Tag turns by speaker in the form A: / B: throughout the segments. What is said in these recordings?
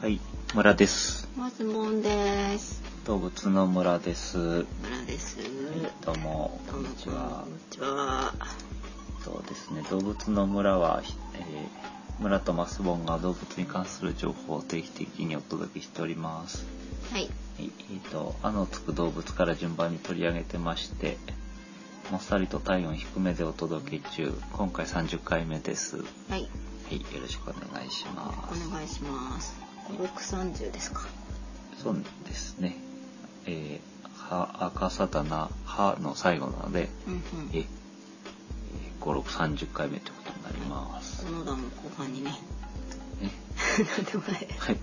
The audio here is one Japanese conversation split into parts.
A: はい、村です。
B: まずもんです。
A: 動物の村です。
B: 村です。
A: どうも、こ
B: どうんも
A: にちは
B: こん。にちは。
A: そうですね、動物の村は、ひえー村とマスボンが動物に関する情報を定期的にお届けしております。
B: はい。
A: はい、えっ、と、あのつく動物から順番に取り上げてまして、もっさりと体温低めでお届け中、今回30回目です。は
B: はい。
A: い、よろしくお願いします。
B: お願いします。六三十ですか。
A: そうですね。えー、は、赤さだな、はの最後なので、
B: うんうん。
A: えー、5、6、30回目ということになります。
B: この段後 半にね。
A: ね、
B: なんでもない。
A: はい。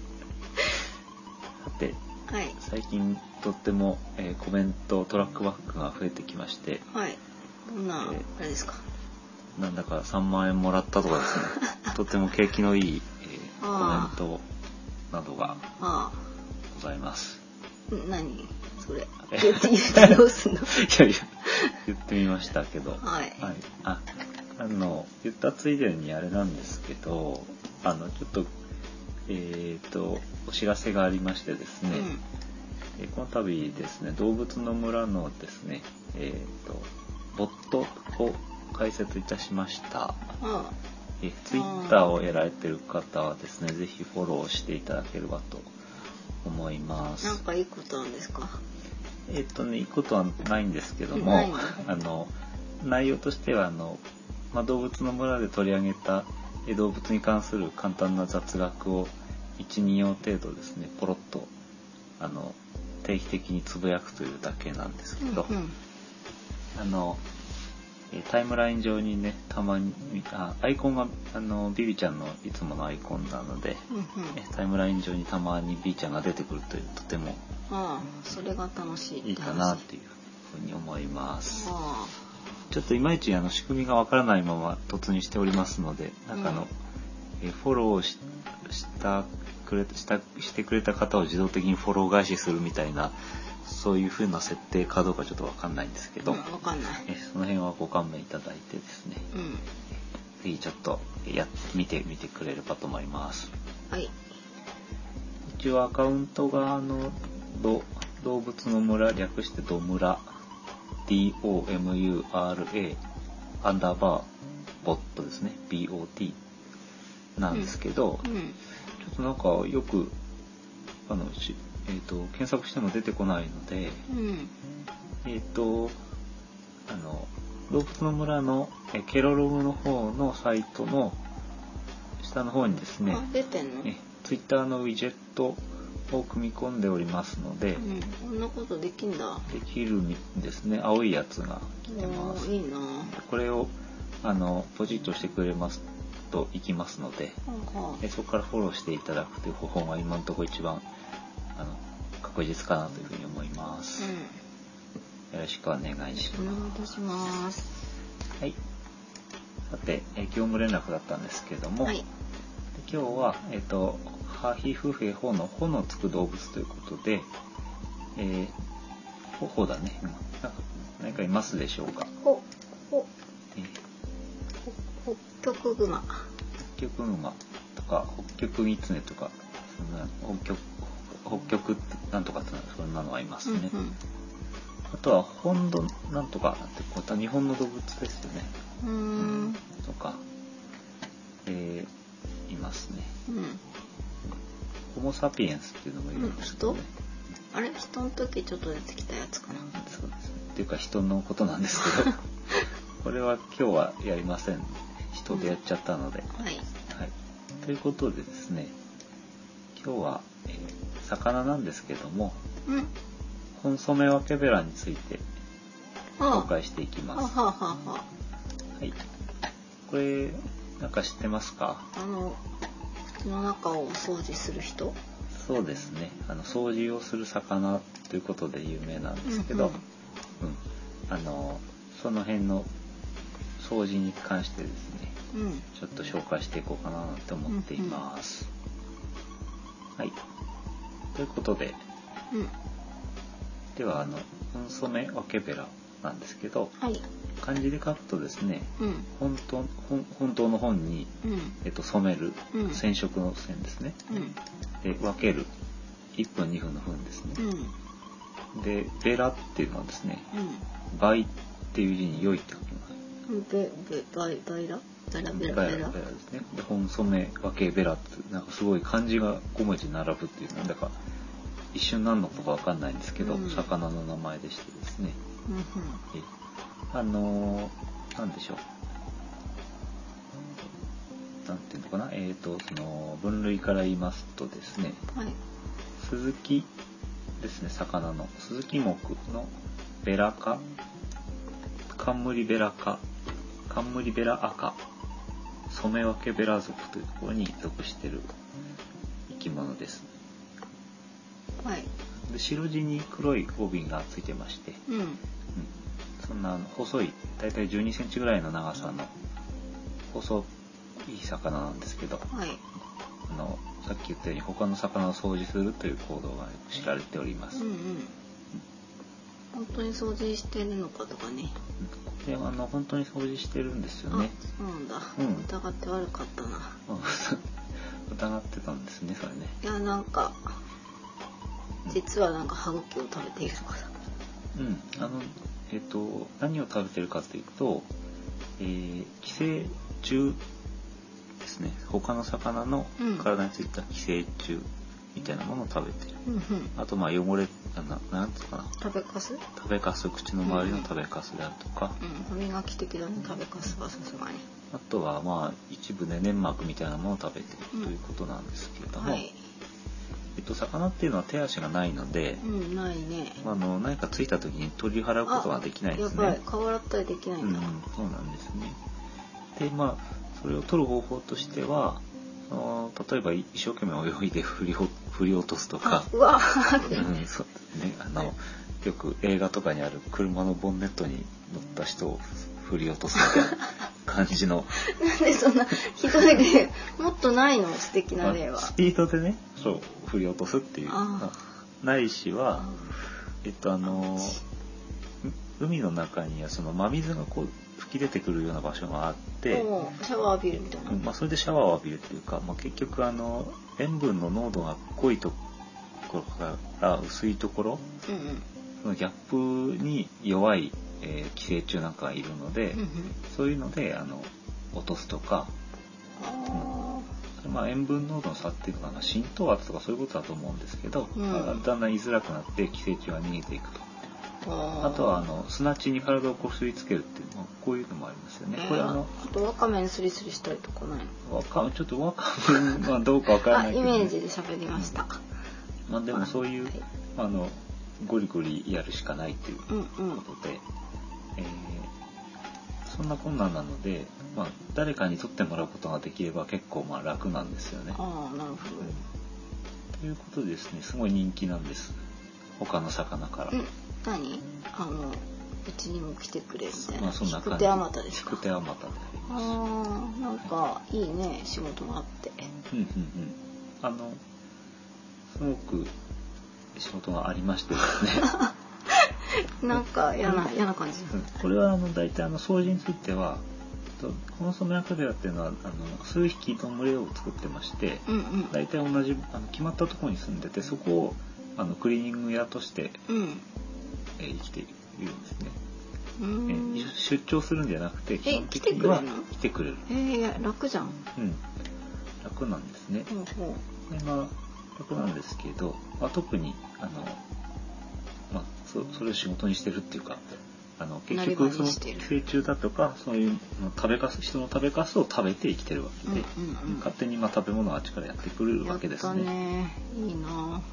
A: さて、
B: はい。
A: 最近とっても、えーコメント、トラックバックが増えてきまして、
B: はい。どんな
A: え
B: あれですか。
A: なんだか3万円もらったとか ですね、とっても景気のいい、えー
B: あー
A: コメントなどが
B: あ
A: ござい ます。
B: あ。ん何それ。
A: え
B: 言って言ってど うすんの。
A: いやいや、言ってみましたけど。
B: はい。
A: はい、ああの言ったついでにあれなんですけどあのちょっとえっ、とお知らせがありましてです
B: う
A: ね、
B: ん。
A: えーこの度ですね動物の村のですねえっ、とボットを開設いたしました
B: あ
A: えツイッター Twitter をやられてる方はですねぜひフォローしていただければと思いま
B: あ。なん
A: す
B: かいいことあるんですか。
A: えっ、とね、いいことはないんですけども、
B: ないの
A: あの、内容としては、あの、まあ、動物の村で取り上げたえ動物に関する簡単な雑学を1、2行程度ですね、ポロッと、あの、定期的につぶやくというだけなんですけ
B: うん
A: ど、
B: うん。
A: あの、えタイムライン上にね、たまに、あアイコンが、あの、ビビちゃんのいつものアイコンなので、
B: うんうん。
A: えタイムライン上にたまにビーちゃんが出てくるという、とても
B: ああ。それが楽しいって話。
A: いいかなっていうふうに思います。
B: あ
A: ちょっといまいちあの仕組みがわからないまま突入しておりますので、なんかあの、
B: うん
A: えフォローししたくれしたしてくれた方を自動的にフォロー返しするみたいな、そういう風な設定かどうかちょっとわかんないんですけ
B: あ。
A: ど、
B: うんわかんない。
A: えその辺はご勘弁いただいてですね、
B: うん。
A: ぜひちょっとやっ見てみてくれればと思います。
B: はい。
A: 一応アカウントがあのど動物の村略してドムラ DOMURA アンダーバーボットですね BOT なんですけど、
B: う
A: ち
B: ん。
A: ょっとなんかよくあのし、えー、と検索しても出てこないので
B: うん。
A: えっ、とあの動物の村のえケロログの方のサイトの下の方にですね
B: あ、出てんの、
A: ね、ツイッターのウィジェットを組み込んでおりますので、
B: うん、こんなことできんだ。
A: できるんですね青いやつが来て
B: お
A: ます
B: ーいいな。は
A: これをあのポチッとしてくれますといきますので
B: あは
A: えそこからフォローしていただくという方法が今のところ一番あの確実かなというふうに思います、
B: あ。
A: よろしくお願いし
B: う
A: ま
B: ん。お願いいたします。
A: す、はいさてえ業務連絡だったんですけども、
B: はい。
A: 今日は、えっとハヒフヘホの「ホ」のつく動物ということで「えー、ホホ」だねうんなんか何かいますでしょうか、
B: ほ、ほ、
A: えー
B: ほ、ホッキョクグマ。
A: 北極馬とか北極ミツネとかそんな北極北極なんとかってそんなのがいます
B: うん
A: ね、あとは本土なんとかなんてこういった日本の動物ですよね
B: うん。うーん。
A: とか、えーいますね
B: うん。
A: ホモ・サピエンスっていうのもいるんですけど、ね
B: うん人あれ人の時ちょっと出てきたやつかな。
A: そうですね。っていうか人のことなんですけ ど、これは今日はやりません。人でやっちゃったので。
B: はい。
A: はい。ということでですね、今日は、えー魚なんですけども、
B: うん。
A: コンソメワケベラについて紹
B: あ
A: 介していき
B: あ。
A: ま
B: はあ
A: す。
B: はあはあは
A: はい。これ、なんか知ってますか
B: あ。あの、口の中をお掃除する人
A: そうですね。あの、掃除をする魚ということで有名なんですけど、うん、あの、その辺の掃除に関してですね、
B: うん。うん。
A: ちょっと紹介していこうかなと思っています。はい。ということで、
B: うん。
A: では、あの、コンソメワケベラなんですけど、
B: はい。
A: 漢字で書くとですね
B: うん
A: 本当本本当の本に、
B: うん
A: えっと、染める、
B: うん
A: 染色の線ですね
B: うん
A: で分ける1分2分の分ですね
B: うん
A: でベラっていうのはですね倍っていう字に良いって書きます
B: うんベベバイバイラベラベラベラ
A: ベラですねで本染め分けベラってなんかすごい漢字が5文字並ぶっていうなんだか一瞬何のことか分かんないんですけど、
B: うん
A: 魚の名前でしてですね
B: うんうん
A: えあのー、なんでしょうなんていうのかなえっ、とその分類から言いますとですね
B: はい
A: 鈴木ですね魚の鈴木木のベラ科冠ベラ科冠ベラ赤染め分けベラ属というところに属している生き物です
B: はい
A: で白地に黒い帯がついてまして、
B: うん
A: うん、そんなあの細い大体1 2センチぐらいの長さの細い魚なんですけど
B: はい
A: あのさっき言ったように他の魚を掃除するという行動がよく知られております、
B: うんうん本当に掃除してるのかとかね
A: であの本当に掃除してるんですよ
B: あ
A: ね。
B: そうなんだ、
A: うん
B: 疑って悪かったな
A: うん 疑ってたんですね、それね。
B: いやなんか
A: うん
B: 実はなんか歯茎を食べているのかな
A: うん、あの、えっ、と、何を食べてるかというと、えー寄生虫ですね。他の魚の
B: うん
A: 体についた寄生虫みたいなものを食べてる。
B: うんうん
A: あと、まあ、汚れ、あななんつうのかな。
B: 食べかすうん
A: 食べかす、口の周りの食べかすであるとか、
B: 歯磨き的だね食べかすはさすがに
A: あとは、まあ、一部で粘膜みたいなものを食べてるということなんですけれども、
B: はい
A: えっと、魚っていうのは手足がないので、
B: うんないね
A: あの何かついた時に取り払うことができないです
B: やばい
A: ね。
B: 顔洗ったりできない
A: うんん
B: だ、、
A: そうなんですね。で、まあそれを取る方法としては、その例えばい一生懸命泳いで振りほ振り落とすと
B: あ
A: か、
B: うわ
A: うん、そうね、あのよく映画とかにある車のボンネットに乗った人を振り落とすみ たいな感じの、
B: なんでそんなひどい例もっとないの素敵な例
A: まあ
B: は
A: スピードでね、そう振り落とすっていう、
B: あ
A: ないしは。
B: あ
A: えっとあのう海の中にはその真水がこう吹き出てくるような場所があって、
B: もうシャワー浴びるみたいな、
A: まあ、それでシャワーを浴びるっていうか、まあ、結局あの塩分の濃度が濃いところから薄いところ
B: うんうん
A: そのギャップに弱い、えー寄生虫なんかがいるので、
B: うんうん
A: そういうのであの落とすとか、
B: あ
A: まあ、塩分濃度の差っていうのかな浸透圧とかそういうことだと思うんですけど、
B: うん
A: だんだん居づらくなって寄生虫が逃げていくと。
B: ーあー
A: あとはあの砂地に体をこすりつけるっていう、まあ、こういうのもありますよね。これあの
B: あとわかめにスリスリしたりとかないの
A: わかちょっとわかんまあどうかわからな
B: あ
A: い
B: イ
A: けど、
B: メ
A: ね、
B: ージで喋りました
A: まあでもそういう
B: はい
A: あのゴリゴリやるしかないっていうこ
B: うんうん
A: とで、えーそんな困難なので、まあ誰かに取ってもらうことができれば結構まあ楽なんですよね。
B: ああなる
A: う
B: ほど
A: んということでですね、すごい人気なんです。他の魚から。
B: うん何あのうちにも来てくれみたいな、
A: まあそんな
B: 引く
A: 感じ。
B: 手あまたです
A: 引
B: か
A: く手あまたであります。
B: あーなんかいいね仕事があって
A: うんうんうん。あの、すごく仕事がありましてです ね。
B: なんか嫌な嫌な感じ
A: うんこれはあの大体あの掃除については、とこのソメラクベラっていうのはあの数匹の群れを作ってまして、
B: うんうん
A: 大体同じあの決まったところに住んでて、そこをあのクリーニング屋として、
B: うん
A: えー生きているんですね。
B: うー
A: え
B: ん
A: ー出張するんじゃなくて、基本的に
B: 来
A: は
B: てくれるの
A: 来てくれる。
B: えー、楽じゃん
A: うん。楽なんですね。
B: ほうほ
A: でまあ楽なんですけど、まあ、特にあの、まあ、そそれを仕事にしてるっていうかあの結
B: な
A: 局
B: り
A: そ
B: わ
A: の
B: い
A: 寄
B: してる
A: 生虫だとかそういうの食べかす人の食べかすを食べて生きてるわ
B: うう
A: け
B: ん
A: で、
B: うん
A: 勝手にまあ食べ物があっちからやってく
B: う
A: る
B: んや
A: わ
B: っ
A: けで
B: た
A: すね。
B: ねいいな
A: うんうんで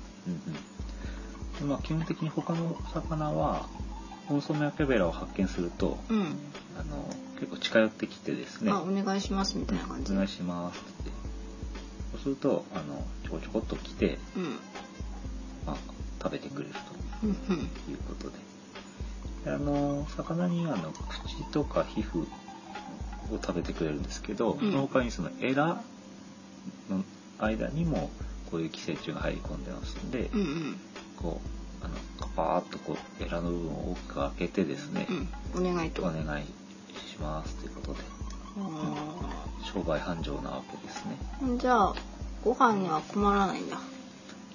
A: まあ、基本的に他の魚はコンソメアケベラを発見すると
B: うん
A: あの結構近寄ってきてですね
B: あお願いしますみたいな感じ
A: お願いします」ってそうするとあのちょこちょこっと来て、
B: うん
A: まあ、食べてくれると。
B: うんうん
A: ということでであの魚にはあの口とか皮膚を食べてくれるんですけど、
B: うん
A: その他にそのエラの間にもこういう寄生虫が入り込んでますんで、
B: うんうん
A: こうあのカパーッとこうエラの部分を大きく開けてですね、
B: うんお願いと
A: お願いしますということで
B: う
A: 商売繁盛なわけですね
B: んじゃあご飯には困らないんだ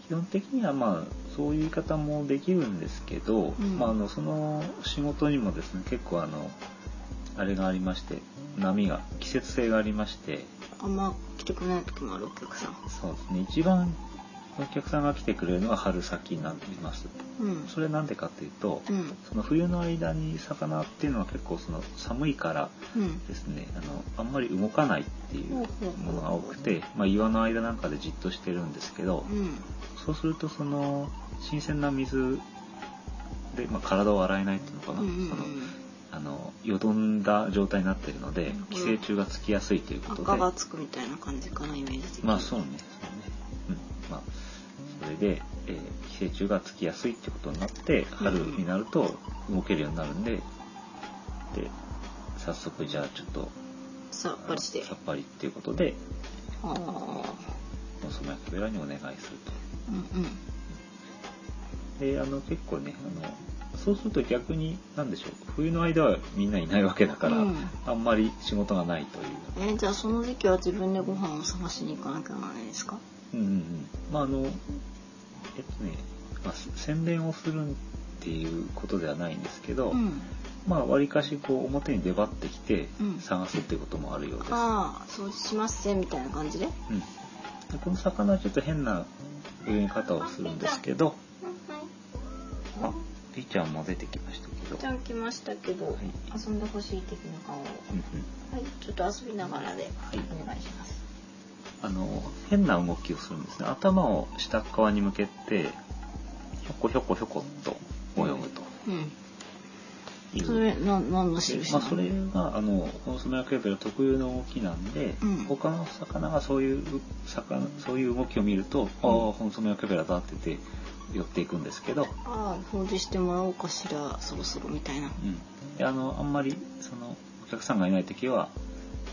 A: 基本的にはまあそういう言い方もできるんですけど、
B: うん
A: まあ、あのその仕事にもですね結構あのあれがありまして波が季節性がありまして
B: あんま来てくれない時もあるお客さん
A: そうですね一番お客さんが来てくれるのが春先になります
B: うん
A: それなんでかというと、
B: うん
A: その冬の間に魚っていうのは結構その寒いから
B: うん
A: ですねあのあんまり動かないっていうものが多くて、まあ、岩の間なんかでじっとしてるんですけど
B: うん
A: そうするとその新鮮な水で、まあ、体を洗えないっていうのかな、
B: うんうんう
A: あの
B: ん
A: あのよどんだ状態になってるの
B: う
A: で
B: ん
A: 寄生虫がつきやすいということで
B: 赤がつくみたいな感じかなイメージ的に
A: まあそうねそうねうんまあそれで、えー寄生虫がつきやすいってことになって春になると動けるようになるんで、で早速じゃあちょっと
B: さっぱりして
A: さっぱりっていうことで
B: ああ
A: コンソメ焼きベラにお願いする
B: うんうん
A: とであの結構ねあのそうすると逆に何でしょう冬の間はみんないないわけだから、
B: うん
A: あんまり仕事がないという
B: えじゃあその時期は自分でご飯を探しに行かなきゃならないですか
A: うんうんうんまああのえっとね、まあ、せ宣伝をするっていうことではないんですけど、
B: うん
A: まあわりかしこう表に出張ってきて
B: うん
A: 探すっていうこともあるようです、うん
B: ああ掃除しますぜみたいな感じで
A: でこの魚はちょっと変な泳ぎ方をするんですけどあピーちゃんも出てきましたけど
B: ちゃん来ましたけど、
A: はい
B: 遊んでほしい的な顔を、
A: うんうん
B: はい、ちょっと遊びながらで、
A: い
B: お願いします。
A: あの変な動きをするんですね頭を下側に向けてひょこひょこひょこっと泳ぐと
B: うん。
A: いう、
B: それ、なん、なんの印
A: ま
B: な
A: あ、
B: の。
A: それがあのコンソメアクエベル特有の動きなんで、
B: うん
A: 他の魚がそういう魚そういう動きを見ると、ああコンソメアクエベラだって言って寄っていくんですけど、
B: ああ、掃除してもらおうかしら、そろそろみたいな。
A: うん、であのあんまりそのお客さんがいない時は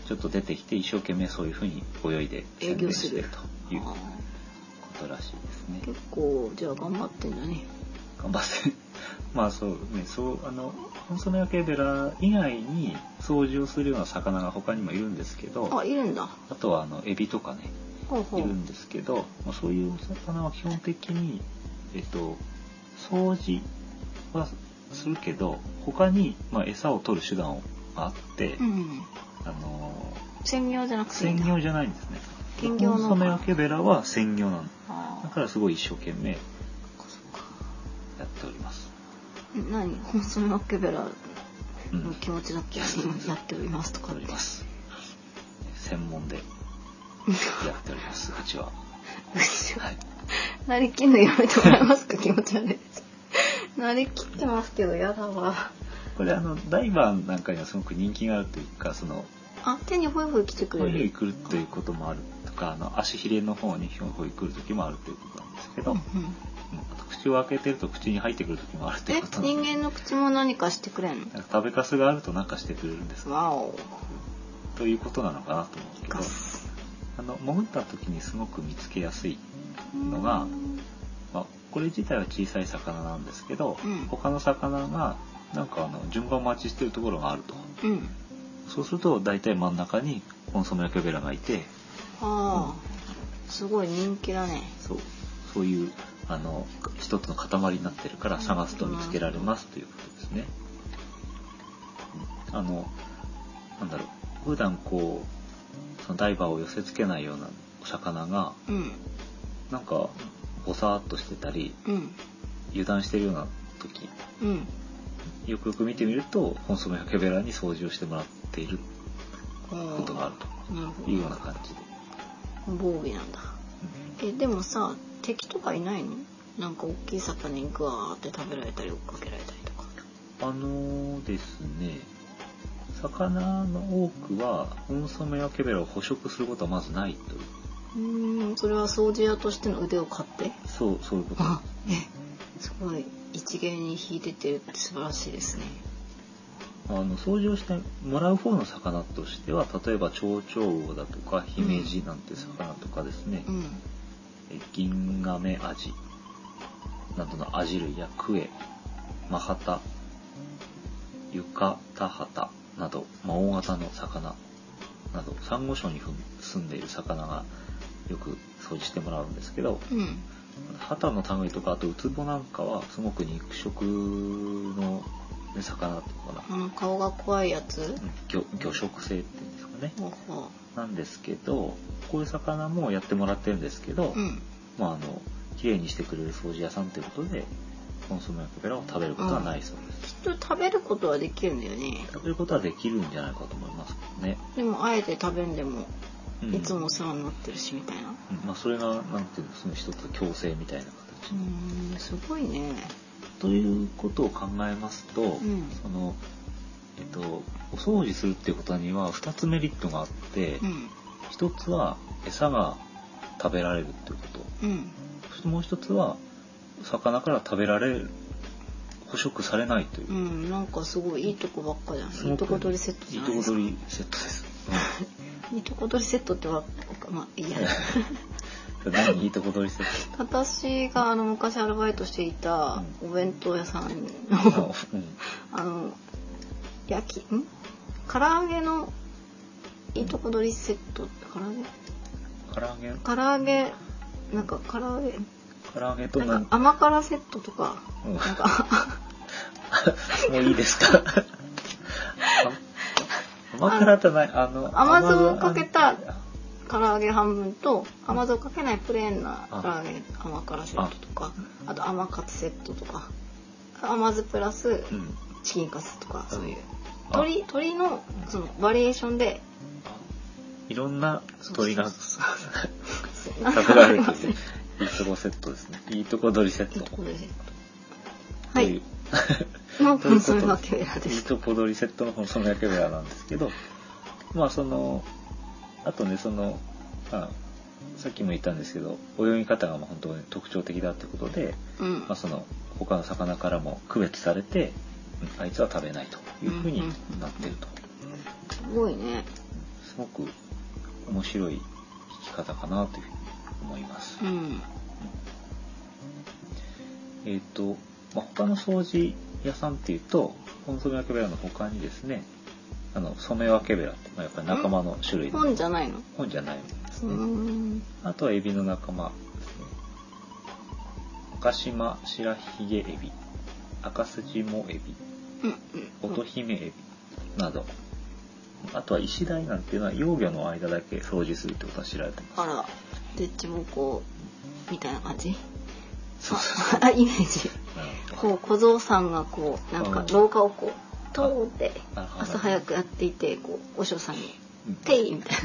A: ちょっと出てきて一生懸命そういうふうに泳いで
B: 営業す
A: 宣伝してる
B: る
A: という
B: あ
A: こ
B: あ
A: とらしいですね。
B: 結構、じゃあ、頑張ってんだね。
A: 頑張って まあそうねそうあのコンソメアクエベラ以外に掃除をするような魚が他にもいるんですけど
B: あ、いるんだ。
A: あとはあのエビとかね
B: ほうほ
A: いうる。んですけど、まあ、そういうお魚は基本的に、えっと、掃除はするけど他にまあ餌を取る手段があって、
B: うん。
A: あの
B: 専業じゃなくていいん
A: 専
B: だ。
A: 業じゃないんですね
B: 兼業
A: コ
B: な
A: ン
B: のか
A: ソメアケベラは専業なの
B: あ
A: だ
B: あ。
A: からすごい一生懸命や
B: そっかそっか
A: っております、
B: え何コンソメマッケベラ
A: うん、や
B: の気持ちだっけ、やっておりますと
A: って
B: か
A: お
B: って
A: ります専門でやっておりますうちははい
B: なりきんのやめてもらえますか気持ち悪いです なりきってますけどやだわ
A: これあのダイバーなんかにはすごく人気があるというかその
B: あ手にホイホイ来てく
A: こう
B: れ
A: いうふうに
B: る
A: 来るということもあるとかあの足ひれの方にひょんこり来る時もあるということなんですけど、
B: うんう
A: うん
B: ん
A: あと口を開けてると口に入ってくる時もあるとい
B: え
A: うことなん
B: 人
A: で
B: 間の口も何かしてくれんの
A: なんか食べかすがあるとなんかしてくれるんです
B: わお
A: ということなのかなと思うんですけど
B: ガス
A: あの潜った時にすごく見つけやすい、のが
B: うん
A: まあ、これ自体は小さい魚なんですけど、
B: うん
A: 他の魚がなんかあの順番待ちしてるところがあると
B: うん
A: そうすると大体真ん中にコンソメ焼けベラがいて
B: ああすごい人気だね
A: そうそういうあの一つの塊になってるから探すと見つけられますということですね。あのなんだろう普段こうそのダイバーを寄せつけないようなお魚が
B: うん
A: なんかボサーっとしてたり
B: うん
A: 油断してるような時
B: うん
A: よくよく見てみるとコンソメやケベラに掃除をしてもらっていることがある
B: なる
A: というような感じで。
B: ほど防備なんだ
A: うん
B: えでもさ敵とかいないのなんか大きい魚にグワーって食べられたり追っかけられたりとか
A: あのですね魚の多くはコンソメやケベラを捕食することはまずないという
B: うーんそれは掃除屋としての腕を買って
A: そうそういうこと
B: あ えすごい一芸に秀でてるって素晴らしいですね
A: あの掃除をしてもらう方の魚としては例えば蝶々魚だとかヒメジなんて魚とかですね、
B: うん
A: え銀ガメアジなどのアジ類やクエマハタユカタハタなど、まあ、大型の魚などサンゴ礁にふん住んでいる魚がよく掃除してもらうんですけど
B: うん
A: ハタの類とかあとウツボなんかはすごく肉食のね魚っていうのかな
B: あの顔が怖いやつ
A: うん魚魚食性っていうんですかね
B: ほうほ
A: なんですけどこういう魚もやってもらってるんですけど、
B: ううん
A: まああの綺麗にしてくれる掃除屋さんということでコンソメカペラを食べることはないそうです、
B: きっと食べることはできるんだよね
A: 食べることはできるんじゃないかと思いますけどね、
B: でもあえて食べんでも
A: うん
B: いつもお世話になってるしみたいな
A: うんまあ、それがなんていうんですかね一つ強制みたいな形、
B: うんすごいね
A: ということを考えますと、
B: ん
A: そのえっとお掃除するっていうことには2つメリットがあって、
B: うん
A: 一1つは餌が食べられるっていうこと
B: うん
A: そしてもう一つは魚から食べられる捕食されないという、
B: うんなんかすごいいいとこばっかじゃ
A: す
B: んい
A: ご
B: い
A: く
B: とこ取りセット
A: い
B: じ
A: い
B: ゃな
A: と
B: い
A: こ
B: です
A: 取
B: か
A: りセットです、
B: いいとこ取りセットってわまあいいや
A: うん、何いいとこ取りセッ
B: 私があの昔アルバイトしていたお弁当屋さん
A: ト
B: の
A: うん
B: あの焼きん唐揚げのいいとこ取りセット唐揚げ
A: 唐揚げ
B: 唐揚げなんか唐揚げ
A: 唐揚げと
B: な
A: なん
B: か甘辛セットとか
A: うん
B: なんか
A: もういいですかあ甘辛じゃないあの
B: 甘酢を
A: 甘
B: かけた唐揚げ半分と甘酢をかけないプレーンな唐揚げ甘辛セットとかあと甘カツセットとか甘酢プラス
A: うん
B: チキンカツとかそういう
A: あ
B: 鶏鶏のそのバリエーションで
A: いろんな鳥が
B: そ
A: 食
B: 食
A: べられると いういいとこセットですねいいとこ取りセッ
B: いい
A: ト
B: とこ取りセット
A: と
B: は
A: いう
B: いの
A: ということ
B: コンソメのケベラで
A: いい
B: す
A: とこ取りセットのコンソメ焼け部屋なんですけど、まあその、あとね、その、まあ、さっきも言ったんですけど、泳ぎ方がまあ本当に特徴的だってことで、
B: うん
A: まあその、他の魚からも区別されて、うんあいつは食べないというふうになってると。
B: すごいね
A: すごく面白い生き方かなというふうに思います
B: う。ん
A: えっ、と、まあ、他の掃除屋さんっていうと、コンソメ分けベラの他にですね、あの、染め分けベラって、まあ、やっぱり仲間の種類の
B: 本じゃないの
A: 本じゃないものです
B: う
A: ね。
B: ん
A: あとはエビの仲間ですね。赤島白ひげエビ、赤スジモエビ、
B: うんうん
A: 乙姫エビなど、あとはイシダイなんていうのは幼魚の間だけ掃除するってことは知られてます。
B: あらでっちもこうみたいな感じ
A: そうそうそう。
B: あイメージ
A: うん
B: こう小僧さんがこうなん
A: う
B: か
A: ん
B: 廊下をこう通って
A: なるほど
B: 朝早くやっていてこうお嬢さんに
A: うん
B: 「てい」みたい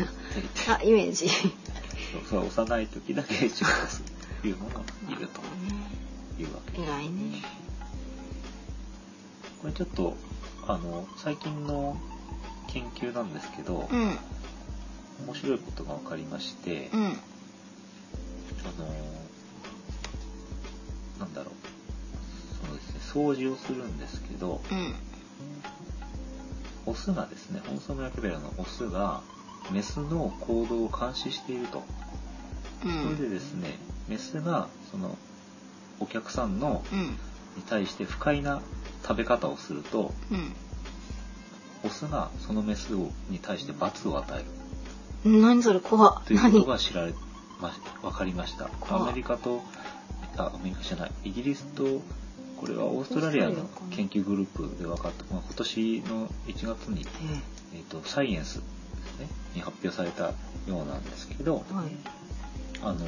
B: なあイメージ
A: そうそう幼い時だけ仕事するというのがいるというわけ
B: 偉いね
A: これちょっとあの最近の研究なんですけど、
B: うん
A: 面白いことが分かりまして、
B: う
A: あ
B: ん
A: のなんだろうそうですね掃除をするんですけど
B: うん
A: オスがですねホンソメワケベラのオスがメスの行動を監視していると、
B: う
A: それで
B: ん
A: ですねメスがそのお客さんの
B: うん
A: に対して不快な食べ方をするとオスがそのメスをに対して罰を与える
B: うん何それ怖っ
A: ということ
B: 何
A: が知られま分かりました
B: 怖
A: ア
B: い
A: メリカとあアメリカじゃないイギリスとこれはオーストラリアの研究グループで分かった、まあ、今年の1月に、えー、とサイエンス、ね、に発表されたようなんですけど
B: うんはい
A: あの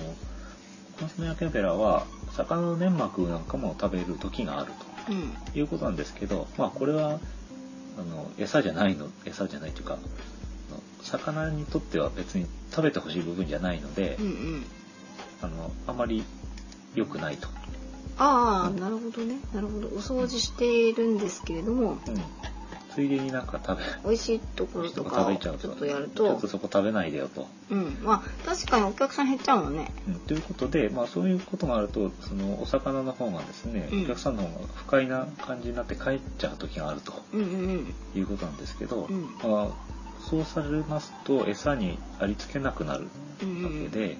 A: コンソメアケベラは魚の粘膜なんかも食べる時があると。
B: うん
A: いうことなんですけど、まあ、これはあの餌じゃないの餌じゃないというかあの魚にとっては別に食べてほしい部分じゃないので、
B: うんうん
A: あのあまり良くないと、
B: ああなるほどねなるほどお掃除しているんですけれども
A: うん、ついでになんか食べ
B: 美味しいところとか
A: 食べ
B: を
A: ち
B: ち
A: ゃ
B: ょ
A: うと
B: っとやる
A: ちょっ
B: と
A: とそこ食べないでよと。
B: うんまあ確かにお客さん減っちゃうもんね
A: うん、ということで、まあ、そういうことがあるとそのお魚の方がですね、
B: うん
A: お客さんの方が不快な感じになって帰っちゃう時があると
B: うんうん
A: いうことなんですけど、
B: うん
A: まあ、そうされますと餌にありつけなくなる
B: うんうんう
A: わ
B: ん
A: けで、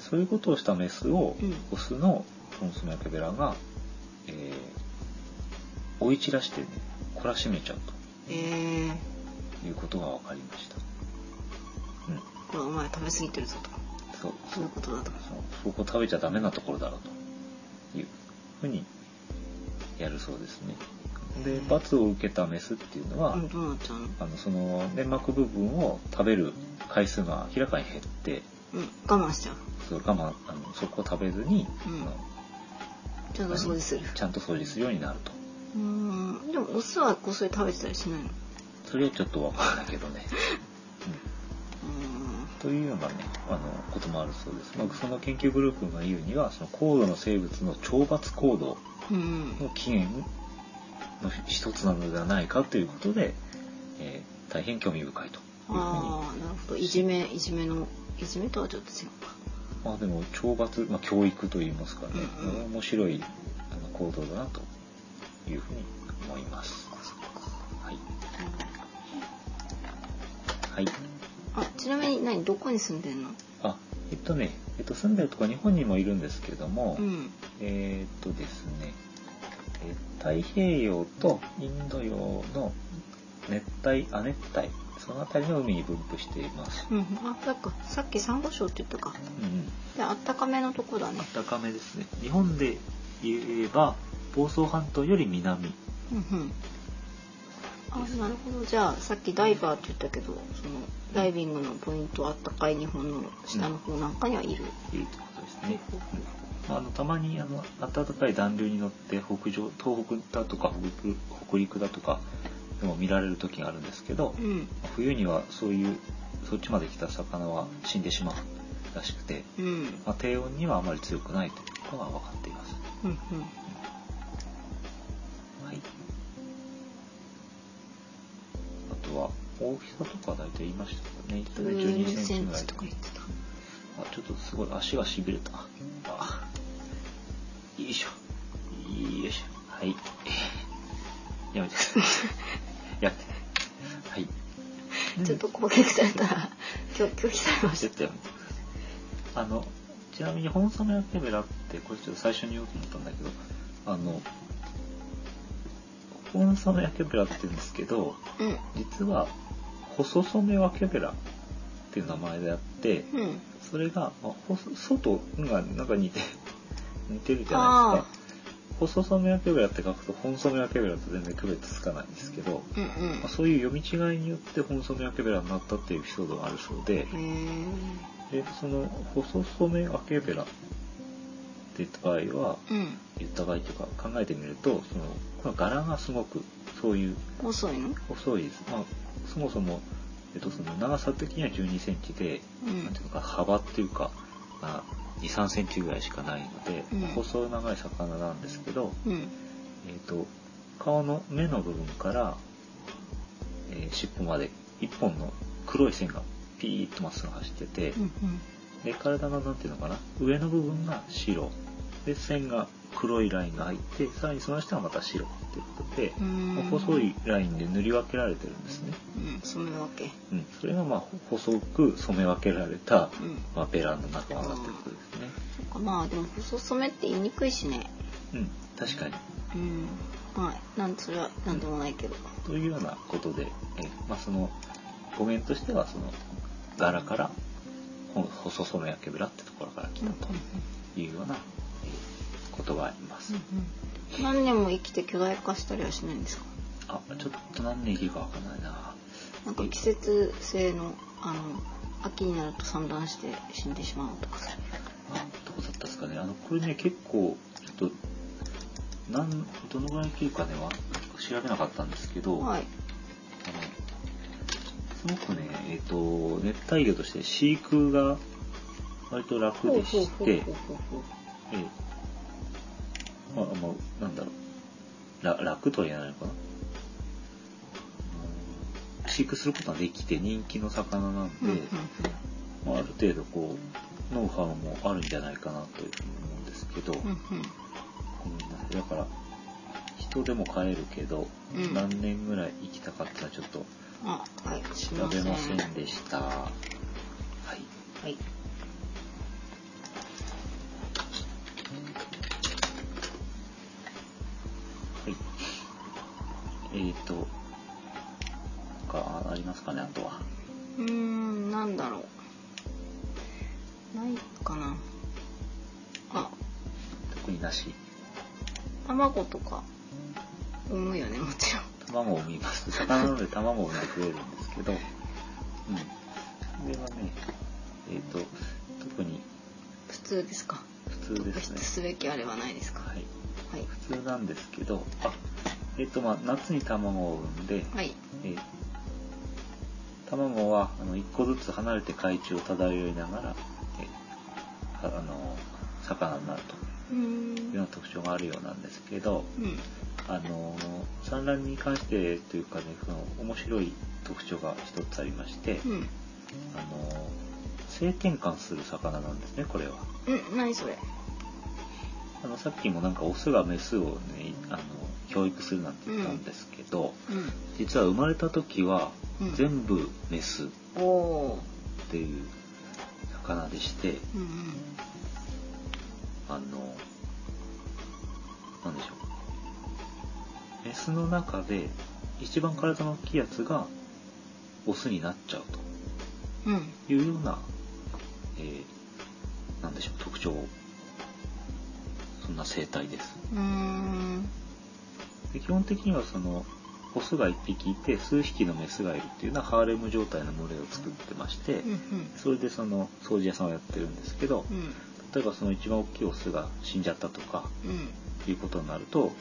A: そういうことをしたメスを、
B: うん
A: オスのコンソメアケベラが、えー追い散らしてね懲らしめちゃう
B: ええ
A: いうことが分かりました。うん。
B: これお前食べ過ぎてるぞと
A: そう。
B: そういうことだと
A: そうそこ食べちゃダメなところだろうというふうにやるそうですね。で、罰を受けたメスっていうのは、
B: うんどうなっちゃうの
A: あのその粘膜部分を食べる回数が明らかに減って、
B: うん我慢しちゃう
A: それかまあのそこを食べずに、
B: うん
A: あの
B: ちゃんと掃除する
A: ちゃんと掃除するようになると。
B: うーんでもオスはこっそり食べてたりしないのう
A: それはちょっとわかんないけどね。
B: ー
A: というようなね、あの、こともあるそうです。まあ、その研究グループが言うには、その高度の生物の懲罰行動
B: んうん
A: の起源の一つなのではないかということで、えー大変興味深いというふうに。
B: ああなるほどいじめいじめのいじめとはちょっと違うか
A: まあでも、懲罰、まあ教育といいますかね、
B: うんうん
A: 面白いあの行動だなというふうに思います。はい。はい。
B: あちなみに何どこに住んでんの
A: あ、えっとね、えっと、住んでるとこは日本にもいるんですけども、
B: うん
A: えーっとですね、えー太平洋とインド洋の熱帯、亜熱帯、その辺りの海に分布しています。
B: うんあそっかさっきサンゴ礁って言った
A: う
B: か
A: んうん。
B: であったかめのとこだね
A: 暖かめですね。日本で言えば、房総半島より南。
B: うんうんあなるほどじゃあさっきダイバーって言ったけどそのダイビングのポイントあったかい日本の下の方なんかにはいる、
A: いるってことですね。まあ、あのたまにあの暖かい暖流に乗って北上東北だとか北陸北陸だとかでも見られる時があるんですけど、
B: うん
A: 冬にはそういうそっちまで来た魚は死んでしまうらしくて、
B: うんうん
A: まあ、低温にはあまり強くないということが分かっています。
B: うん
A: はい、あとは大きさとか大体言いましたけどね一体
B: 12
A: 12セ
B: セ
A: ンチ
B: ン
A: ぐらい
B: チとか言ってた
A: あちょっとすごい足がしびれたあよいしょよいしょはい やめてくださ いやめてはい
B: ちょっと攻撃されたら拒拒否されま
A: ち
B: し
A: ょっとやめてください あのちなみに本サメの手べらってこれちょっと最初に言おうと思ったんだけどあの本サメ焼けべらって言うんですけど
B: たうん
A: 実は細染め分けべらっていう名前であって、
B: うん
A: それが、まあ、細外がなんか似て 似てるじゃないですか。細染め分けべらって書くと本染め分けべらと全然区別つかないんですけど、
B: うん
A: まあ、そういう読み違いによって本染め分けべらになったっていうエピソードがあるそうで、
B: うんへ
A: でその細染め分けべらって言った場合は、
B: えうん
A: 言った場合というか考えてみると、そのこの柄がすごくそういう
B: 遅いの
A: 細いです。まあ、そもそも、えっと、その長さ的には12センチで、
B: うん
A: なんていうのか幅っていうか、まあ、2、3センチぐらいしかないので、
B: うん
A: 細長い魚なんですけど、
B: うん
A: えっ、と、顔の目の部分から、えー尻尾まで一本の黒い線がピーッとまっすぐ走ってて、
B: うん
A: で、体のなんていうのかな、上の部分が白。で、線が黒いラインが入って、さらにその下はまた白っていうことで、
B: うんうん
A: 細いラインで塗り分けられてるんですね。
B: うんそのわけ
A: うん、それがまあ細く染め分けられた、
B: うん
A: まあ、ベランの仲間だってことですね。
B: そっかまあでも細染めって言いにくいしね
A: うん、確かに。
B: うんはいなんそれはなんでもないけど
A: というようなことで、えまあ、その語源としてはその柄からほ細染め分けベラってところから来たというような、えーことがあります。
B: 何年も生きて巨大化したりはしないんですか
A: あ、ちょっと何年生きるかわかんないな。
B: なんか季節性のあの秋になると産卵して死んでしまうとかさ
A: あどこだったですかねあのこれね結構ちょっとなんどのぐらい生きるかねは調べなかったんですけど、
B: は
A: あ
B: い
A: のすごくねえっ、と熱帯魚として飼育が割と楽でしてええまあまあなんだろうら楽とは言えないのかなうん飼育することができて人気の魚なんで、
B: うんうん
A: まあ、ある程度こうノウハウもあるんじゃないかなというふうに思うんですけど、
B: うん
A: ごめんなさいだから人でも飼えるけど、
B: うん
A: 何年ぐらい生きたかってのはちょっと
B: あはいすい
A: 調
B: ませ
A: べ
B: ん
A: ま
B: は
A: せんでしたはい
B: い
A: はいえーと他かありますかねあとは
B: うーんなんだろうないかなあ
A: 特になし
B: 卵とか産むよねもちろん
A: 卵を産みます 魚なので卵を産んでくれるんですけどうんそれはねえっ、と特に
B: 普通ですか
A: 普通
B: 特
A: です
B: 筆
A: ね
B: すべきあれはないですか
A: はい
B: はい
A: 普通なんですけどあえっ、とまあ夏に卵を産んで、
B: はい
A: えー卵はあの1個ずつ離れて海中を漂いながら、えーああの魚になる
B: うー
A: というんような特徴があるようなんですけど、
B: うん
A: あの産卵に関してというかねその面白い特徴が一つありまして、
B: うん
A: あの性転換する魚なんですねこれは。
B: うん何それ
A: あのさっきもなんかオスがメスをねあの教育するなんて言ったんですけど、
B: うん
A: 実は生まれた時は
B: うん
A: 全部メス。
B: おお
A: っていう魚でして
B: ーうん
A: あのなんでしょうメスの中で一番体の大きいやつがオスになっちゃう
B: うんうん
A: というような、えー、なんでしょう特徴そんな生態です
B: うーん
A: で基本的にはそのオスが1匹いて数匹のメスがいるっていうのはハーレム状態の群れを作ってまして、
B: うん
A: それでその掃除屋さんをやってるんですけど、
B: うんうん
A: 例えばその一番大きいオスが死んじゃったとか
B: うん
A: いうことになると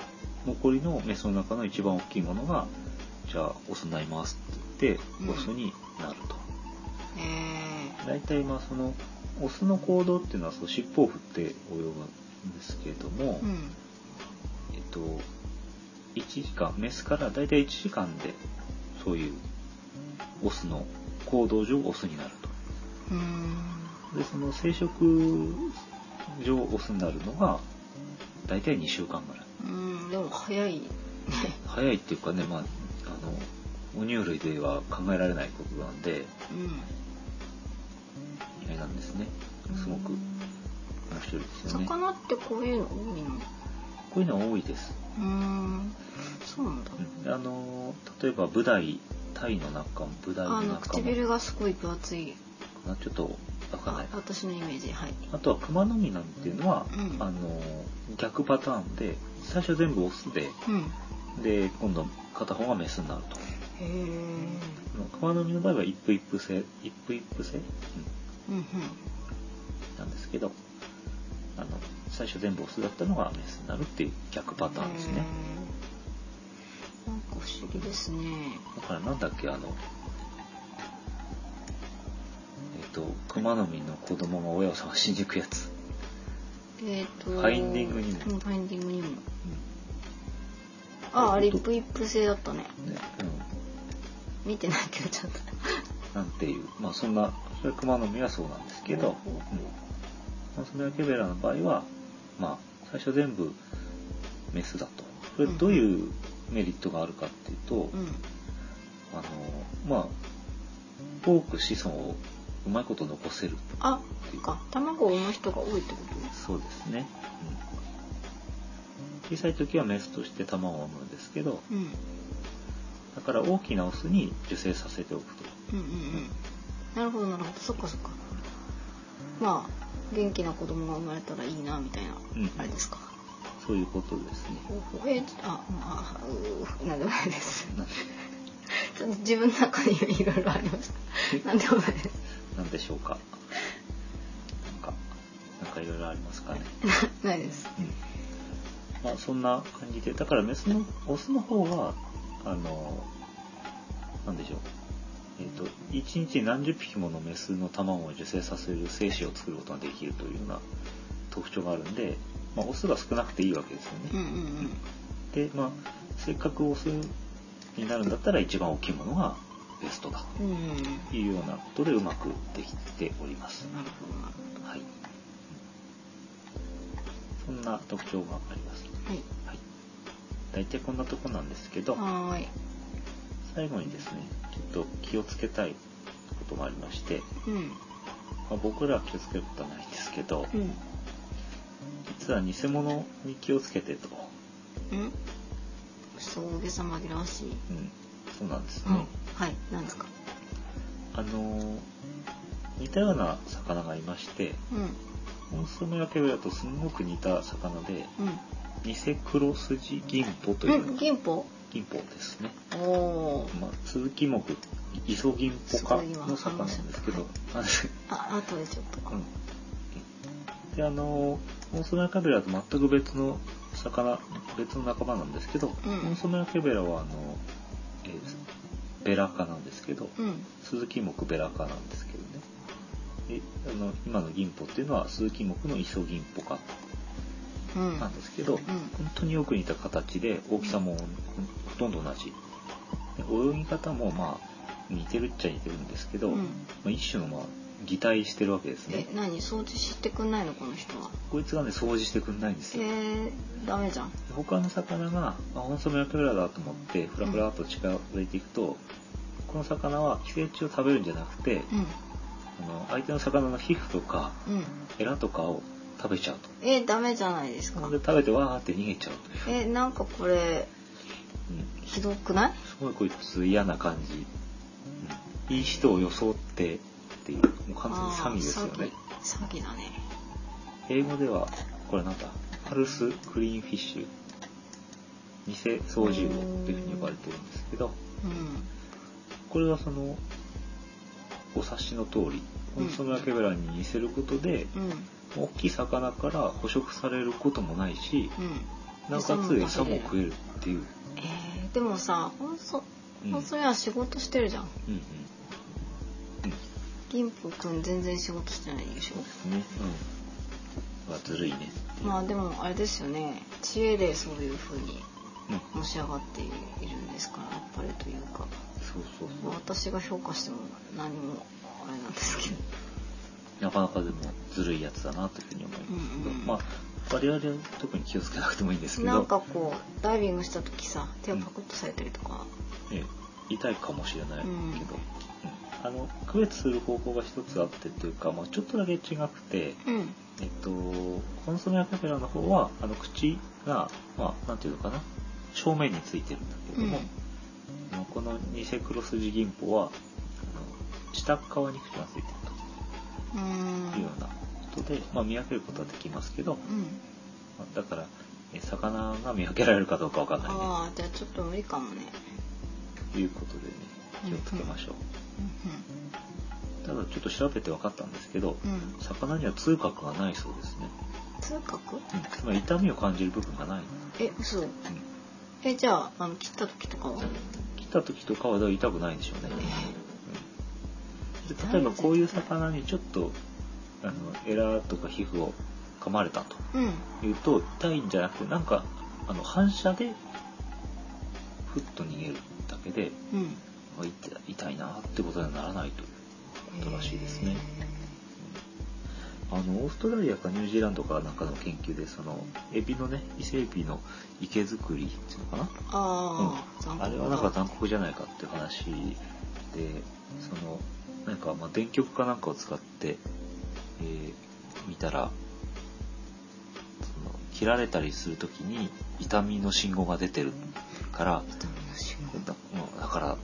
A: 残りのメスの中の一番大きいものがじゃあオスになりますって
B: うん
A: 言ってオスになると、
B: え
A: 大体まあそのオスの行動っていうのはそう尻尾を振って泳ぐんですけれども、
B: ーうん
A: えっと1時間メスから大体1時間でそういうオスの行動上オスになると
B: うーん
A: でその生殖上オスになるのが大体2週間ぐらいう
B: ーんでも早いね
A: 早いっていうかねまああの哺乳類では考えられないことなんで
B: うん
A: あれなんですねすごく面白いですよねこ
B: 魚ってこういうの多いの
A: ういうのは多いです、
B: うーんそうなんだ
A: うんあの例えばブダイタイの中もブダイの
B: あの
A: 中も
B: 唇がすごい分厚い
A: ちょっとわかんな
B: あ
A: い
B: 私のイメージはい
A: あとはクマノミなんていうのは、
B: うん
A: あの逆パターンで最初全部オスで
B: うんへ
A: で今度片方がメスになると
B: え
A: 熊の実の場合は一夫一夫制一夫一夫制、うん
B: うんうん
A: なんですけどあの最初全部オスだったのがメスになるっていう逆パターンですね
B: へーなんか不思議ですね
A: だからなんだっけあのえっ、と熊の実の子供が親を探しに行くやつ
B: えっ、と
A: ファインディングにも
B: うんファインディングにもああれ一夫一夫制だったね
A: ね、
B: 見てないけどちょっと
A: うん、なんていうまあそんなそれ熊の実はそうなんですけど、
B: ほうほうほう
A: マスメラケベラの場合は、まあ、最初全部メスだと。これどういうメリットがあるかっていうと、
B: うん
A: あの、まあ、多く子孫をうまいこと残せる
B: あ
A: っていう。
B: か卵を産む人が多いってこ
A: そうですね。うん、小さい時はメスとして卵を産むんですけど、
B: とうん
A: だから大きなオスに受精させておくと。
B: うんうんうんなるほどなるほどそっかそっかまあ元気な子供が生まれたらいいなみたいな、
A: うん
B: あれですか
A: そういうことですね。
B: ほうほうえーあまあうーなんでもないです
A: な
B: ちょっと自分の中にいろいろありましたなんでもないです
A: なんでしょうか。なんか、なんかいろいろありますかね。
B: なないです
A: まあそんな感じでだからメスのオスの方はあのなんでしょうえっ、と一日に何十匹ものメスの卵を受精させる精子を作ることができるというような特徴があるんで、まあ、オスが少なくていいわけですよ
B: うん
A: ね、
B: うんうん
A: でまあせっかくオスになるんだったら一番大きいものがベストだ
B: うんうんうんなる
A: というようなことでうまくできております
B: ほどなる
A: はいそんな特徴があります
B: ほどはい
A: はい、大体こんなとこなんですけど
B: はーい
A: 最後にですねちょっと気をつけたいことがありまして、
B: うん
A: まあ、僕らは気をつけることはないんですけど
B: うん
A: 実は偽物に気をつけてと、
B: うんそう大げさ紛らわしい
A: うん、そうなんです
B: うん
A: ね。
B: はい何ですか
A: あの似たような魚がいまして、
B: うん
A: モンスズメラケベだとすごく似た魚で、ニセクロスジギンポと
B: う
A: い
B: んん
A: う
B: 銀歩
A: ギンポですね。
B: おおー
A: まあ、鈴木木、イソギンポ科の
B: すごい
A: 魚
B: わ
A: なんですけど、
B: あ後でちょっと
A: うん。で、あの、モンソメラカベラと全く別の魚、別の仲間なんですけど、
B: うん
A: モンソメラカベラは、あの、えーベラ科なんですけど、
B: うん
A: 鈴木木ベラ科なんですけどね。で、あの、今の銀ポっていうのは鈴木木のイソギンポ科
B: うん
A: なんですけど、
B: うん
A: 本当によく似た形で大きさもほほとんど同じで泳ぎ方もまあ似てるっちゃ似てるんですけど、
B: うん
A: まあ、一種のまあ擬態してるわけです
B: え
A: ね
B: 何掃除してくんないのこの人は
A: こいつがね掃除してくんないんです
B: え
A: よ、
B: ー、ダメじゃん
A: 他の魚があホンソメラクラだと思ってフラフラっと近づいていくと、この魚は寄生虫を食べるんじゃなくて、
B: う
A: あの相手の魚の皮膚とか
B: んうん
A: エラとかを食べちゃう
B: えダメじゃないです
A: とな
B: か
A: ので食べてわーって逃げちゃうという、
B: えなんかこれ
A: うん、
B: ひどくない
A: すごいこいつ嫌な感じ、いい人を装ってっていうもう完全に詐欺ですよね
B: あー詐欺詐欺だね
A: 英語ではこれなんだパルスクリーンフィッシュ偽操縦王っていうふうに呼ばれてるんですけど
B: うん
A: これはそのお察しの通りコンソメラケベラに似せることで、
B: うん
A: 大きい魚から捕食されることもないし
B: うん
A: なおかつ餌も食えるっていう、
B: えー、でもさほんそ
A: うん
B: ほんそりゃ仕事してるじゃん
A: うんうんうん
B: 銀歩くん全然仕事してないでしょ
A: ね。うん。はずるいね。
B: まあでもあれですよね知恵でそういうふうに
A: うん。
B: のし上がっているんですからあっぱれというか、
A: そうそうそ
B: まあ私が評価しても何もあれなんですけど
A: う。なかなかでもずるいやつだなというふうに思いますけど、
B: うんうん
A: まあ我々は特に気をつけなくてもいいんですけど、
B: なんかこうダイビングした時さ手をパクッとされたりとか、
A: ええ痛いかもしれないけど、
B: う
A: う
B: ん
A: んあの区別する方法が一つあってというか、まあちょっとだけ違くて、
B: うん、
A: えっとコンソメラカペラの方はあの口がまあなんていうのかな正面についてるんだけれども、あのこのニセクロスジギンポはあの下っ側に口がついてると。
B: うーん
A: いうようなことで、まあ、見分けることはできますけど、ま
B: うん
A: あだからえ魚が見分けられるかどうかわかんないね
B: ああじゃあちょっと無理かもね
A: ということでね気をつけましょう、ただちょっと調べて分かったんですけど
B: うんうん、うん、
A: 魚には痛覚がないそうですね、
B: 痛覚
A: うんつまり痛みを感じる部分がない、
B: え嘘えじゃああの切った時とかは
A: 切った時とかは痛くないんでしょうね、うんで例えばこういう魚にちょっとあのエラとか皮膚を噛まれたと
B: うん
A: 言うと痛いんじゃなくてなんかあの反射でふっと逃げるだけで
B: うん
A: あ痛痛いなってことにはならないとことらしいですねあのオーストラリアかニュージーランドかなんかの研究でそのエビのね伊勢エビの池作りっていうのかな
B: ああ、
A: あれはなんか
B: だ
A: 残酷じゃないかっていう話でそのなんかまあ電極かなんかを使って、えー見たらその切られたりするときに痛みの信号が出てるから
B: 痛みの瞬間
A: だ,、うん、だから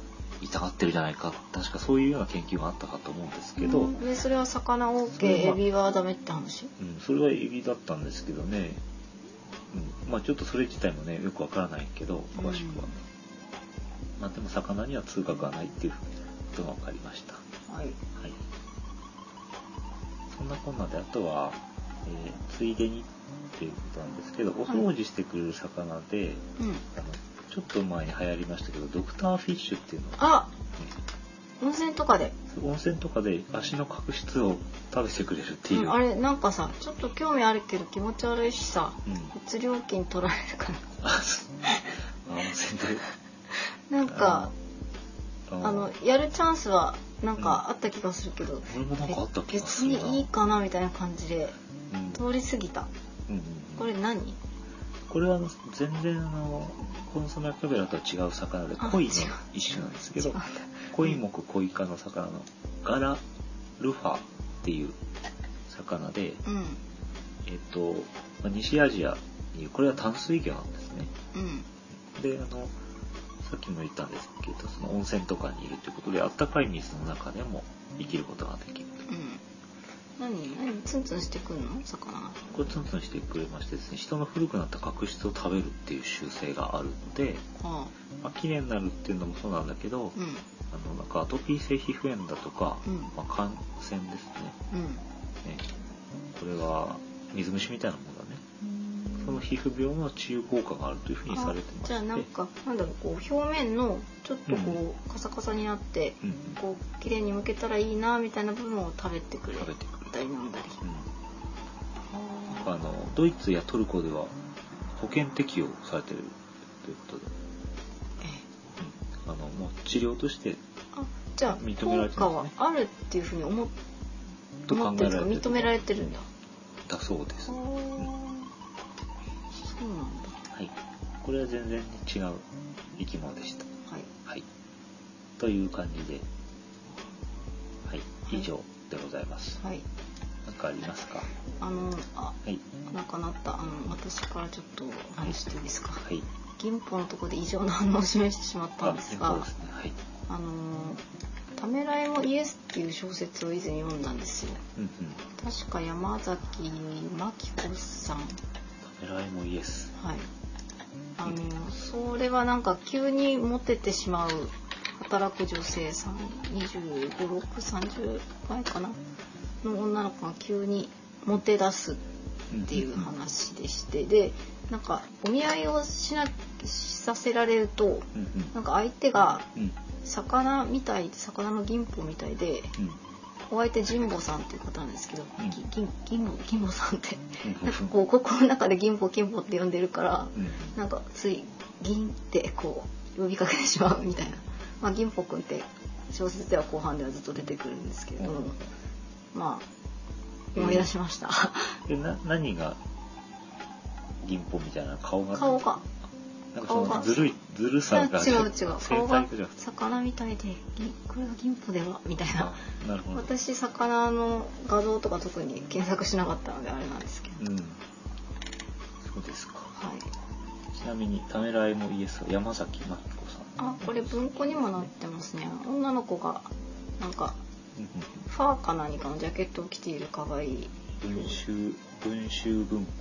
A: 痛がってるじゃないか確かそういうような研究があったかと思うんですけど、う
B: うんんでそれは魚 OK
A: それは
B: エビはダメって話
A: それはエビだったんですけどね、うん、まあちょっとそれ自体もねよくわからないけど詳しくは。
B: うん
A: まあ、でも魚には通覚はないっていうことが分かりました。は
B: はい
A: い。そんなこんなで、あとは、えーついでにっていうことなんですけど、お掃除してくれる魚で、
B: うん
A: あのちょっと前に流行りましたけど、ドクターフィッシュっていうのは、
B: あ温泉とかで、
A: 温泉とかで足の角質を食べてくれるっていうう。
B: ん、あれなんかさちょっと興味あるけど気持ち悪いしさ
A: うん
B: 別料金取られるか
A: あそうあ温泉で。
B: ななんか
A: あ
B: あのやるチャンスはなんかあった気がするけど、
A: 俺もなんかあった気が
B: 別
A: するな。
B: にいいかなみたいな感じで
A: うん
B: 通り過ぎた
A: うんうんうん
B: これ何
A: これはあの全然あのコンソメカベラとは違う魚で
B: あ
A: コイの
B: 違う
A: 一種なんですけ
B: 違
A: ど
B: うんだ
A: コイ目コイ科の魚のガラルファっていう魚で
B: うん
A: えっとまあ西アジアにこれは淡水魚なんですね
B: うん
A: であのさっきも言ったんですけど、その温泉とかにいるということで、あったかい水の中でも生きることができる。
B: うん。何何ツンツンしてくんの魚が。
A: これツンツンしてくれましてですね、人の古くなった角質を食べるっていう習性があるので、
B: ああ。
A: まあ、綺麗になるっていうのもそうなんだけど、
B: うん。
A: あの、なんかアトピー性皮膚炎だとか、
B: うん
A: まあ、感染です
B: うん。
A: ねね。これは水虫みたいなものだね。その皮膚病の治癒効果があるというふうにされてま
B: あ
A: して。
B: じゃあなんかなんだろうこう表面のちょっとこう、
A: う
B: カサカサになって、
A: うん、
B: こう綺麗にむけたらいいなみたいな部分を食べてくれ
A: 食べてくれる。
B: たり飲んだり。
A: うん
B: あ
A: あのドイツやトルコでは保険適用されてるということで、
B: ええ
A: あのもう治療として
B: あじゃあ
A: 認めら
B: 効
A: れて
B: 果
A: ます
B: は
A: ね
B: あるっていうふうに思っ
A: と
B: 思
A: 考
B: っ
A: え
B: て
A: ら
B: ると
A: れて
B: 認
A: る
B: められてるんだ。
A: だそうで
B: あー
A: す、
B: そう
A: は
B: なんだ。
A: い、これは全然違う生き物でした、
B: はい。
A: はい、という感じで、はい、以上でございます
B: はい。
A: 何かありますかは
B: あのあ
A: い
B: なくなったあの私からちょっと話していいですか。
A: はい
B: 銀歩のところで異常な反応を示してしまったんで
A: そ
B: す
A: う
B: が
A: で。すねはい、
B: あのーためらいもイエスっていう小説を以前読んだんですよ。
A: うんうん、
B: 確か山崎真紀子さん。
A: ためらいもイエス
B: はい。あのーそれはなんか急にモテてしまう働く女性さん、25、6、30代かなの女の子が急にモテ出すっていう話でして、で、なんかお見合いをしな、しさせられると、
A: うん
B: なんか相手が
A: うんうん
B: 魚みたい魚の銀歩みたいで
A: うん
B: お相手神保さんっていう方なんですけど、
A: うん
B: ぎ銀銀保銀保さんって
A: うん
B: なんかこう心の中で銀保金保って呼んでるから
A: うん
B: なんかつい銀ってこう呼びかけてしまうみたいな、 まあ、銀保くんって小説では後半ではずっと出てくるんですけれども、まあ思い出しました、
A: でな何が銀歩みたいな顔が
B: 顔が
A: なんかそ
B: 顔
A: の
B: が
A: ずるいずるさが
B: 違う違 う
A: 生
B: 顔が
A: 体じゃなくて
B: 魚みたいで銀これが銀歩ではみたいな
A: あ。なるほど
B: 私魚の画像とか特に検索しなかったのであれなんですけど、
A: うんそうですか
B: はい
A: ちなみに「ためらいもイエス」は山崎真紀子さん
B: あこれ文庫にもなってますね女の子がなんか
A: うん
B: ファーか何かのジャケットを着ているかわいい
A: うん文集文集文庫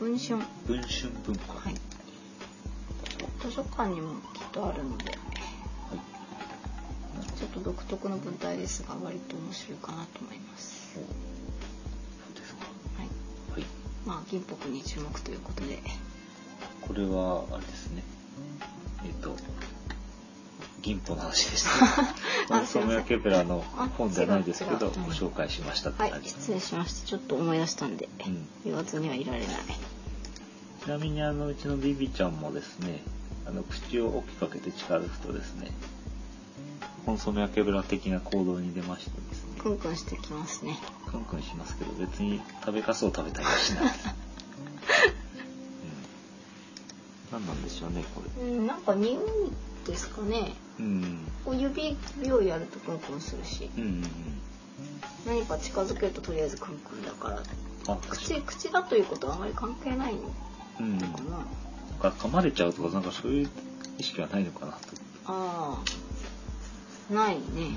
B: 文春は
A: 文春文庫
B: い図書館にもきっとあるので
A: はいなるほど
B: ちょっと独特の文体ですが割と面白いかなと思います
A: そうですか
B: はい
A: はい
B: まあ銀箔に注目ということで
A: これはあれですねえっ、と銀歩の話で した、
B: あす
A: ソ
B: いません
A: ムヤケペラの
B: あ
A: 本じゃないですけ
B: 違
A: ど
B: う違う
A: ご紹介しましたって
B: はい
A: 感じです、
B: 失礼しましたちょっと思い出したんで
A: うん
B: 言わずにはいられない
A: ちなみにあのうちのビビちゃんもですねあの口を大きく開けて近づくとですねコンソメ焼けブラ的な行動に出ましてですね
B: クンクンしてきますね
A: クンクンしますけど別に食べかすを食べたりはしない、うん、何なんでしょうねこれ
B: うん、なんか匂いですかね。
A: うん
B: こう指指をやるとクンクンするし、
A: うんうんうん
B: 何か近づけるととりあえずクンクンだから、
A: あ
B: 口口だということはあまり関係ないのか
A: うん
B: な。あ
A: なんか噛まれちゃうとかなんかそういう意識はないのかなと
B: あー、ないね。
A: ないね、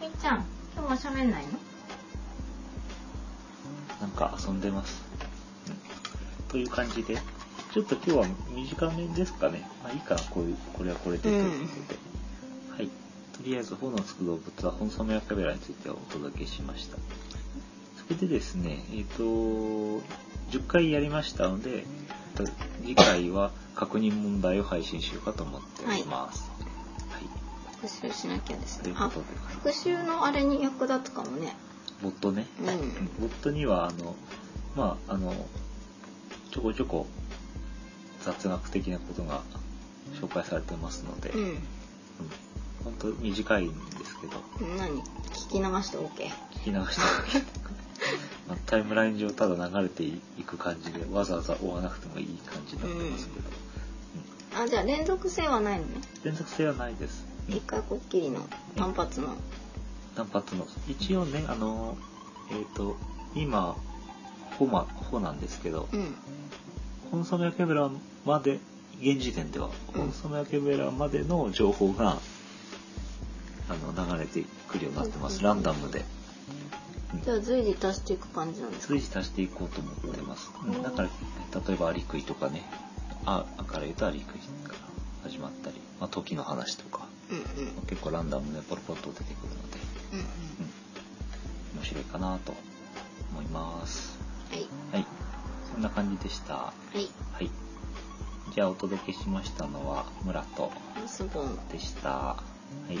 B: みっちゃん、今日は喋んないの？
A: うんなんか遊んでます、うんという感じでちょっと今日は短めですかねまあいいかなこういうこれはこれでということで、はいとりあえず「炎のつく動物は本ソメヤカベラ」についてお届けしましたそれでですねえっ、と10回やりましたので次回は確認問題を配信しようかと思っております、はい
B: 復習しなきゃです
A: とい
B: ね
A: う。こ
B: あ
A: と、で
B: 復習のあれに役立つかもね。
A: ボットね、
B: うん。
A: ボットにはあのまああのちょこちょこ雑学的なことが紹介されてますので、うん、本当短いんですけど
B: うん。何？聞き流して OK。
A: 聞き流してもまあタイムライン上ただ流れていく感じでわざわざ追わなくてもいい感じになってますけど、
B: あ、じゃあ連続性はないのね。
A: 連続性はないです、うん
B: 一回こっきりの単発の。
A: 単発の一応ねあのえっ、と今「ほ」ま「ほ」なんですけど、
B: うん。
A: コンソメケブラまで現時点では
B: うん
A: オンソメワケベラまでの情報があの流れてくるようになってますランダムで
B: じゃあ随時足していく感じなんですか
A: 随時足していこうと思ってます、うん
B: うん
A: だから例えばアリクイとかねあから言うとアリクイから始まったり、まあ、時の話とか
B: うんうんうん
A: 結構ランダムでポロポロと出てくるので、
B: うん
A: うん、面白いかなと思います
B: はい
A: はいそんな感じでした
B: はい
A: はい。じゃあお届けしましたのは村と
B: リスボン
A: でした。はい。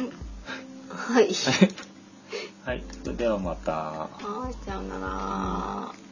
B: はい
A: はい。それではまた。
B: はいさようなら